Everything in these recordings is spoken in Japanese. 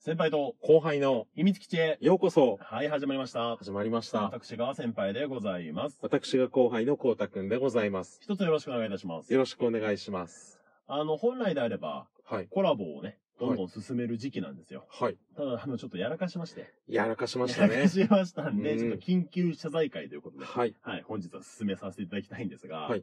先輩と後輩の秘密基地へ。ようこそはい、始まりました。始まりました。私が先輩でございます。私が後輩のこうたくんでございます。一つよろしくお願いいたしますよ。ろしくお願いします。あの、本来であれば、はい。コラボをね、どんどん進める時期なんですよ。はい。ただ、あの、ちょっとやらかしまして。やらかしましやたらかね。しましたんで、うんちょっと緊急謝罪会ということで。はい。はい、本日は進めさせていただきたいんですが、はい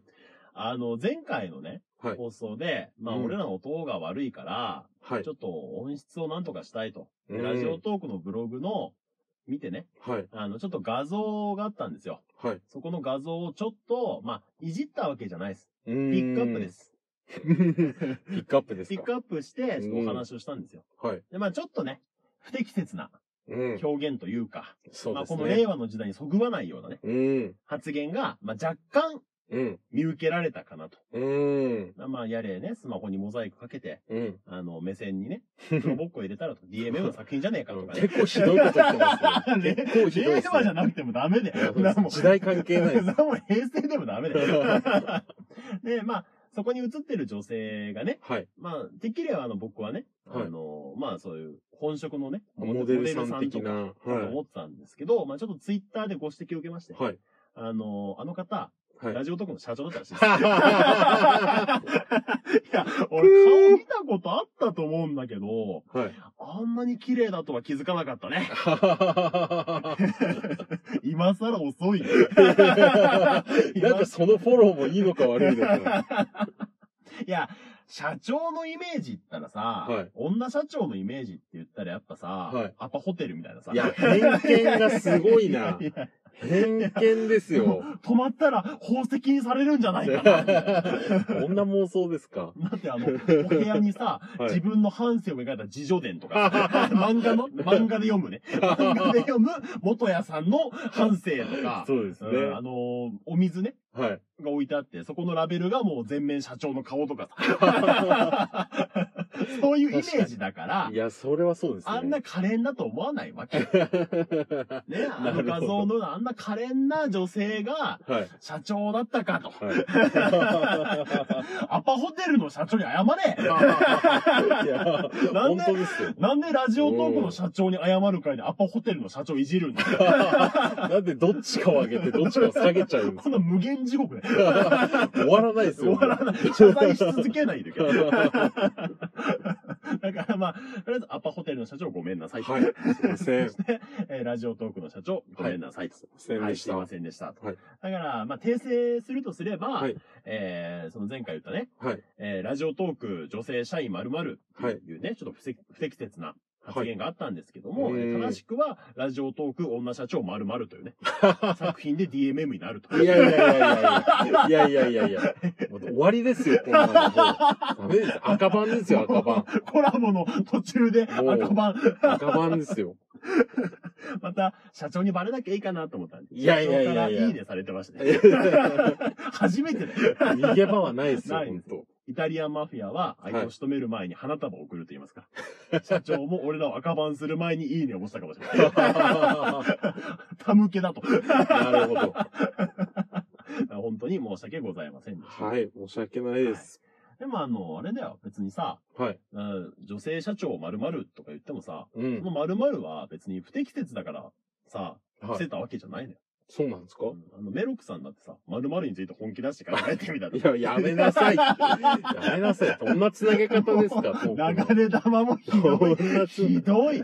あの、前回のね、はい放送で、まあ、うん俺らの音が悪いから、はいち。ょっと音質をなんとかしたいと。でうんラジオトークのブログの、見てね、はい。あの、ちょっと画像があったんですよ。はい。そこの画像をちょっと、まあ、いじったわけじゃないです。ピ。ピックアップですす。ピックアップですピッかクアップして、ちょっとお話をしたんですよ。はい。で、まあ、ちょっとね、不適切なうん。表現というか、そうまあ、ですこの令ね。和の時代にそぐわないようなね、うん。発言が、まあ、若干うん。見受けられたかなと。うん。まあ、やれね、スマホにモザイクかけて、うん。あの、目線に ね、黒ぼっこ入れたらと、DMM の作品じゃねえかとかね。結構 ひどいこと言ってますね。 ね結構ひどいです令和じゃね。なくてもダメだよ。いやそうです時代関係ないです そんもん平成でもダメだ よ。で、まあ、そこに映ってる女性がね、はい。まあ、てっきりはあの、僕はね、はいあの、まあそういう本職のね、モデルさん的モな。デルさんとかは思ってたんですけど、まあちょっとツイッターでご指摘を受けまして、い。はい。あの、あの方、はい。ラジオトークの社長だったらしい です。はいや、俺顔見たことあったと思うんだけど、い。あんなに綺麗だとは気づかなかった ね。今更遅い。 なんかそのフォローもいいのか悪いのか。いや、社長のイメージったらさ、はい女社長のイメージって言ったらやっぱさ、はいアパホテルみたいなさ。いや、偏見がすごいな。 いや偏見です よ。止まったら宝石にされるんじゃない かなみたいな。こんな妄想ですか。だってあの、お部屋にさ、 はい自分の半生を描いた自叙伝とかさ、 漫 画の、漫画で読むね。漫画で読む元屋さんの半生とか、そうですね。うんあのーお水ね、はい。が置いてあって、そこのラベルがもう全面社長の顔とか さ。そういうイメージだからい、や、それはそうですね。あんな可憐だと思わないわけ。ね、あ なるほのど画像のあんな可憐な女性が はい。社長だったか と。はアパホテルの社長に謝れい。いや、なん本で当ですよ。なんでラジオトークの社長に謝る会でアパホテルの社長いじるんだよ。なんで どっちかを上げてどっちかを下げちゃうんです こんかな無限地獄で。終わらないです終よ。わらない。謝罪し続けないでけど。だからまあ、とりあえずアパホテルの社長ごめんなさい。はい。すいません。すいえーラジオトークの社長ごめんなさいと。ませんはい、ですしいた。ませんでした。はだいから、まあ、訂正するとすれば、はいえーその前回言ったね、はい。えーラジオトーク女性社員〇〇はいというね、ちょっと不適不適切な発言があったんですけども、はいえーうん正しくは、ラジオトーク女社長〇〇というね、作品で DMM になると。いやいやいやいやいや。いやいやいやいや。もう終わりですよ、こんなの。もうダメです。 赤番ですよ、赤番。 コラボの途中でもう赤番、 赤番ですよ。また社長にバレなきゃいいかなと思ったんで。いやいやい社やいや長からいいねされてました ね。逃初めてだよ。げ場はないですよ、ない本当。イタリアンマフィアは相手を仕留める前に花束を送ると言いますか。社長も俺らを赤番する前にいいねを押したかもしれない。 たむけだと。なるほど。本当に申し訳ございませんでした。はい、申し訳ないです。でもあの、あれだよ、別にさ、はい。うん女性社長〇〇とか言ってもさ、うそん。の〇〇は別に不適切だからさ、は伏せい。たわけじゃないのよ。そうなんですかうんあの、メロクさんだってさ、〇〇について本気出して考えてみたら。いや、やめなさい。やめなさい。どんな繋げ方ですか、トーク流れ玉もひのどい。どんなつ ひなどい。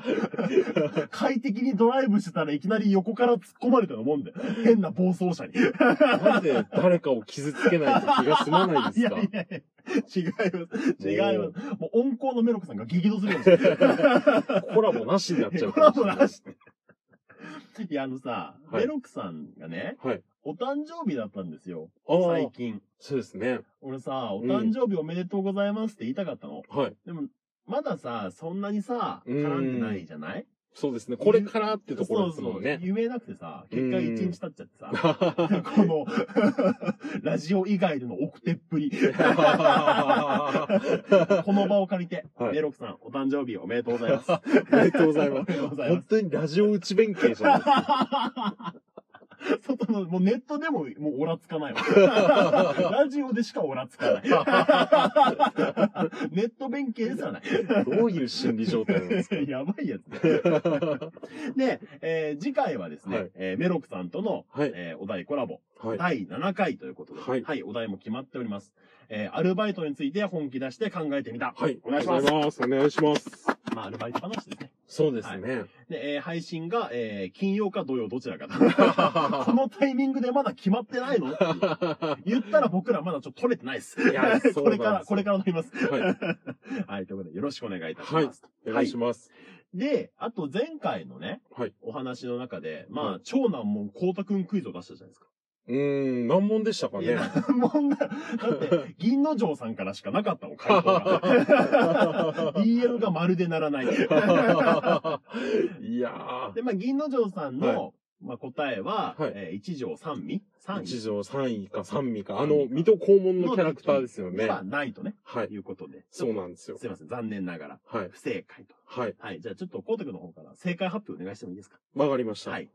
快適にドライブしてたらいきなり横から突っ込まれたようなもんで。変な暴走車に。いなんで誰かを傷つけないと気が済まないんですやかいやいや、違います。違います。もう温厚のメロクさんが激怒するんですよ。コラボなしになっちゃうコかラもしボれない。なしって。 いや、あのさ、はメいロクさんがね、はい。お誕生日だったんですよ。あ最あ、近。そうですね。俺さ、おん誕生日おめでとうございますって言いたかったの。はい。でも、まださ、そんなにさ、絡んでないじゃないそうですね。これからってところですそうそもうんね。言えなくてさ、結果うん一日経っちゃってさ、はこの、 ラジオ以外での奥手っぷ り。この場を借りて、はいメロクさん、お誕生日おめでとうございます。ありがとうございおまめでとうごす。ざいま本す。当にラジオ内弁慶じゃないですか。外の、もうネットでも、もうオラつかない わ。ラジオでしかオラつかない。ネット弁慶ですら ない。どういう心理状態なんですかやばいやつね。はで、えー次回はですね、はいえーメロクさんとの、い。えーお題コラボ、はい。第7回ということで、はいお題も決まっております。えーアルバイトについて本気出して考えてみた。はい。お願いします。ます。お願いします。まあ、アルバイト話ですね。そうですね。で、えー配信が、えー金曜か土曜どちらかだ。 このタイミングでまだ決まってないのっていう言ったら僕らまだちょっと取れてないです。 いやそうなんですよこれから、これから乗ります。は はい、ということでよろしくお願いいたします。い。お願いします。で、あと前回のね、はいお話の中で、まあ、は長男も光太くんクイズを出したじゃないですか。うーん、難問でしたかいね。や、問題、だって、銀の城さんからしかなかったもん、回答が。DL がまるでならない。いやで、まあ、銀の城さんの、はまあ、答えは、はいえー一条三味ー、三一味条三位か三味か。あの、水戸黄門のキャラクターですよでね。はないとね、はい。いうことで。そうなんですよす。いません、残念ながら、はい。不正解と。はい。はい、じゃあちょっと、光太くんの方から正解発表お願いしてもいいですかわかりました。はい。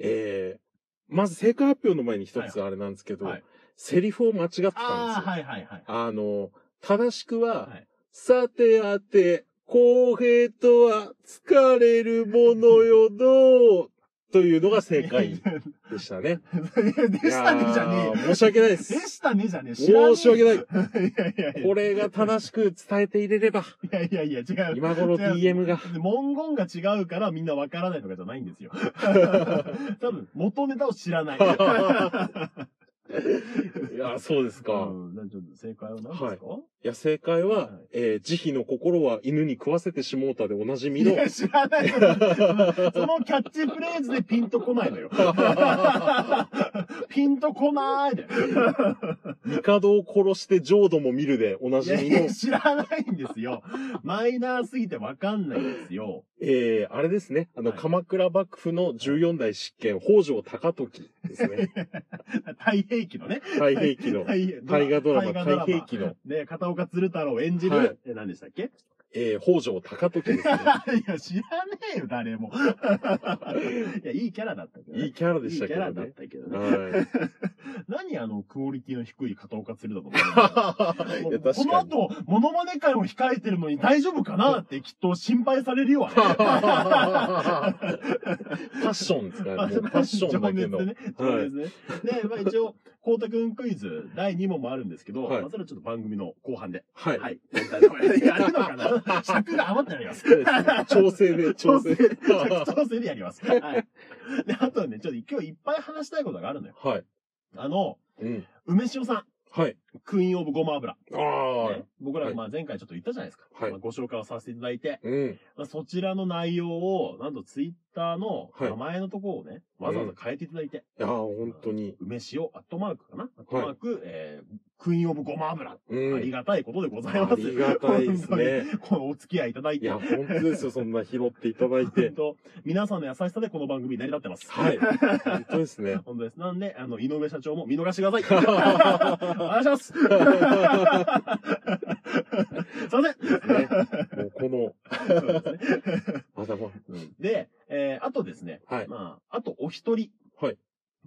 えー、まず正解発表の前に一つあれなんですけど、はいセリフを間違ってたんですよ。ああ,、あ、はいはいはい。の、正しくは、はいさてあて、公平とは疲れるものよどう、というのが正解でしたね。 でしたねじゃねいやー申し訳ないで。え。ですしたねじゃねえ。知らねえ申し訳ない。 いやいやいやこれが正しく伝えていれ れば、いやいやいや、違う。今頃 DM が。文言が違うからみんなわからないとかじゃないん ですよ。多分、元ネタを知らない。いや、そうですか。うん、なんちょっと正解は何ですか、いや、正解は、はいえー慈悲の心は犬に食わせてしもうたでおなじみい、の、や、知らない。そのキャッチフレーズでピンとこない のよ。ピンとこないで。帝を殺して浄土も見るでおないじやいみのや、、知らないんですよ。マイナーすぎてわかんないんですよ。えー、あれですね、あの、はい鎌倉幕府の14代執権、北条高時ですね。太平記のね。太平記の、大大河ドラマ、太平平記の、で、片岡鶴太郎を演じる、はいえ、何でしたっけえー、北条高時ですね。いや、知らねえよ、誰 も。いや、いいキャラだったけど、ね。いいキャラでいいしキたけャラどだっね。たけどね。はい。何あの、クオリティの低い片岡鶴太郎の も いうや、こ確のかに。後、モノマネ会も控えてるのに大丈夫かなってきっと心配されるよ、あれパッションですからね。 もうパッションだけの。 情熱でね。情熱でね。で、まあ一応、光太くんクイズ第2問もあるんですけど、はいまあそれはちょっと番組の後半で。はい。はい。やるのかな尺が余ってないます。そうですね調整で、調 調整 整。で、調整でやります。はい。で、あとね、ちょっと今日いっぱい話したいことがあるのよ。はい。あの、うん。梅塩さはい。ん、クイーンオブごま油。ああ、ね僕らはいまあ前回ちょっと言ったじゃないですか。はいまあご紹介をさせていただいて、うん。まあそちらの内容を、なんとツイッターのはい名前のところをね、わざわざ変えていただいて、いやー、本当に。梅塩アットマークかなアットマーク、えー、クイーンオブごま油。うん。ありがたいことでございます。ありがたいですね本当に。このお付き合いいただいいて。や、本当ですよ。そんな拾っていただい。えって と、皆さんの優しさでこの番組成り立ってます。はい。本当ですね。本当です。なんで、あの、井上社長も見逃してください。お願いします。 すいません。ね。もうこの、頭。で、えー、あとですね、はい。まあ、あとお一人。はい。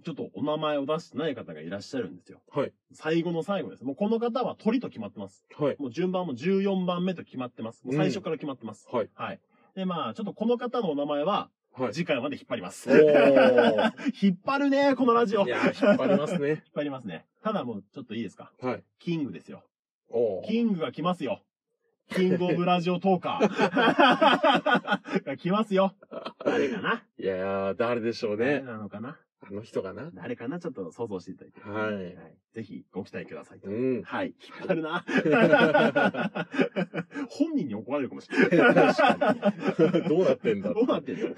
ちょっとお名前を出してない方がいらっしゃるんですよ。はい。最後の最後です。もうこの方は鳥と決まってます。はい。もう順番も14番目と決まってます。もう最初から決まってます。はい。はい。で、まあ、ちょっとこの方のお名前は、はい。次回まで引っ張りますお。ー。引っ張るね、このラジオ。いやー、引っ張ります ね。引っ張りますね。ただもう、ちょっといいですかはい。キングですよ。おー。キングが来ます よ。キングオブラジオトーカ ー。が来ますよ。誰かないやー、誰でしょう誰ね。なのかなあの人かな。誰かなちょっと想像していただいて。はい。ぜひご期待ください。うん。 はい。引っ張る な。本人に怒られるかもしれない。確かに。どうなってんだどうなって んの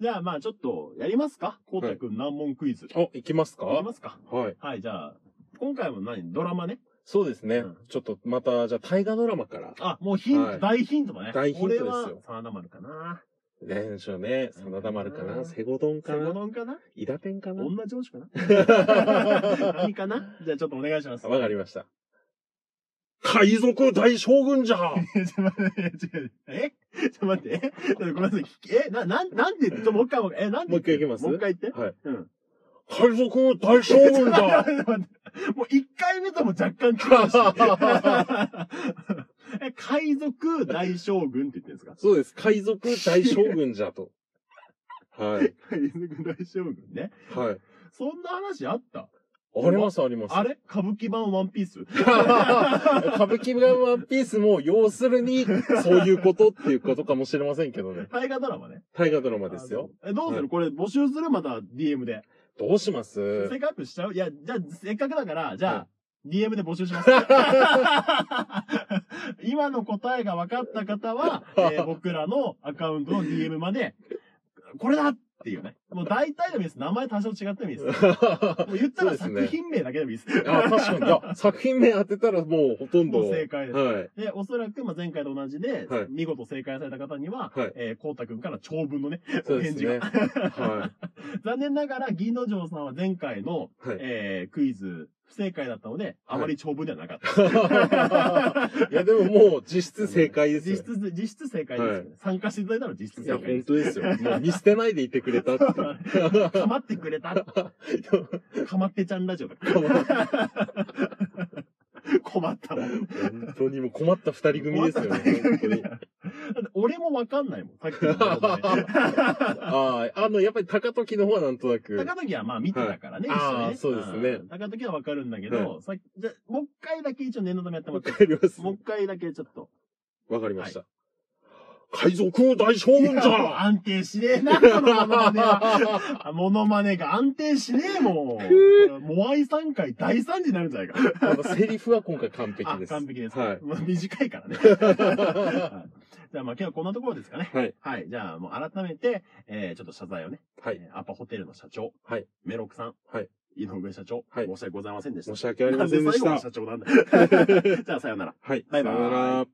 じゃあまあちょっとやりますかコウタくん難問クイズ。あ、行きますかやりますかはい。はい、じゃあ、今回も何ドラマね。そうですね。うんちょっと、また、じゃあ、大河ドラマから。あ、もうヒント、はい大ヒントだね。大ヒントですよこれは、サーダマルかな。ねでしょうね。真田丸かうな。んセゴドンセかゴな。ドンかな伊ダ天かな。女上司か なわ何かなじゃあちょっとお願いします。かりました。海賊大将軍じゃいやちょっと待って違うえちょっと待って。えちょっとごめんなさい。聞きえ、な、なん、なんで、ちょっともう一回もう一回、え、なんでもう一回いきますもう一回言って。はい。うん海賊大将軍だ もう一回目とも若干違うし。 え、海賊大将軍って言ってるんですかそうです。海賊大将軍じゃと。はい。海賊大将軍ね。はい。そんな話あったありますあります。あれ歌舞伎版ワンピース歌舞伎版ワンピースも、要するに、そういうことっていうことかもしれませんけどね。大河ドラマね。大河ドラマですよ。あ。え、どうする、はこれ募集するまた DM で。どうしませすっかくしちゃういや、じゃあ、せっかくだから、じゃあ、は DM で募集します。 今の答えが分かった方 は、えー僕らのアカウントの DM まで、これだっていうね。もう大体でもいいです。名前多少違ってもいいです。もう言ったらそうですね作品名だけでもいいです。あ、確かに。いや、作品名当てたらもうほとんど。もう正解ですはい。で、おそらく、まあ、前回と同じで、はい見事正解された方には、はいえー、こうたくんから長文のね、そうおで返す事ね。が。は残念ながら、銀之丞さんは前回の、い。はい。えー、クイズ、不正解だったので、あまり長文ではな かった。いや、でももう実質正解ですよ実。質、実質正解ですよね。参加していただいたら実質い正や、解で本す。当ですよ。もう見捨てないでいてくれたっていう。 かまってくれた。 かまってちゃんラジオだから。困ったもん。本当にもう困った二人組ですよね。本当に。だって俺もわかんない もん、さっきのことで。ああ、あの、やっぱり高時の方はなんとなく。高時はまあ見てたからね、はい一緒にあーそうですねん高時はわかるんだけど、さっき、じゃ、もう一回だけ一応念のためやってもわらっかりますて。。もう一回だけちょっと。わかりました。海賊大将軍じゃ安定しねえな、このモノマネは。あモノマネが安定しねえもん。これモアイ3回大惨事になるんじゃないか。あのセリフは今回完璧あです。完璧です。はいまあ短い からね。はいじゃあまあ今日はこんなところですかね。はい。はい。じゃあもう改めて、えー、ちょっと謝罪をね。はい。えーアパホテルの社長。はい。メロクさん。はい。井上社長。はい申し訳ございませんでした申。し訳ありませんでなんでし最後のた。 社長なんだ。じゃあさようなら。 はい。バイバイさよなら。